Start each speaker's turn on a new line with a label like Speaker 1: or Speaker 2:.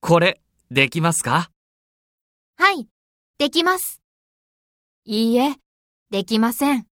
Speaker 1: これ、できますか
Speaker 2: はい、できます。いいえ、できません。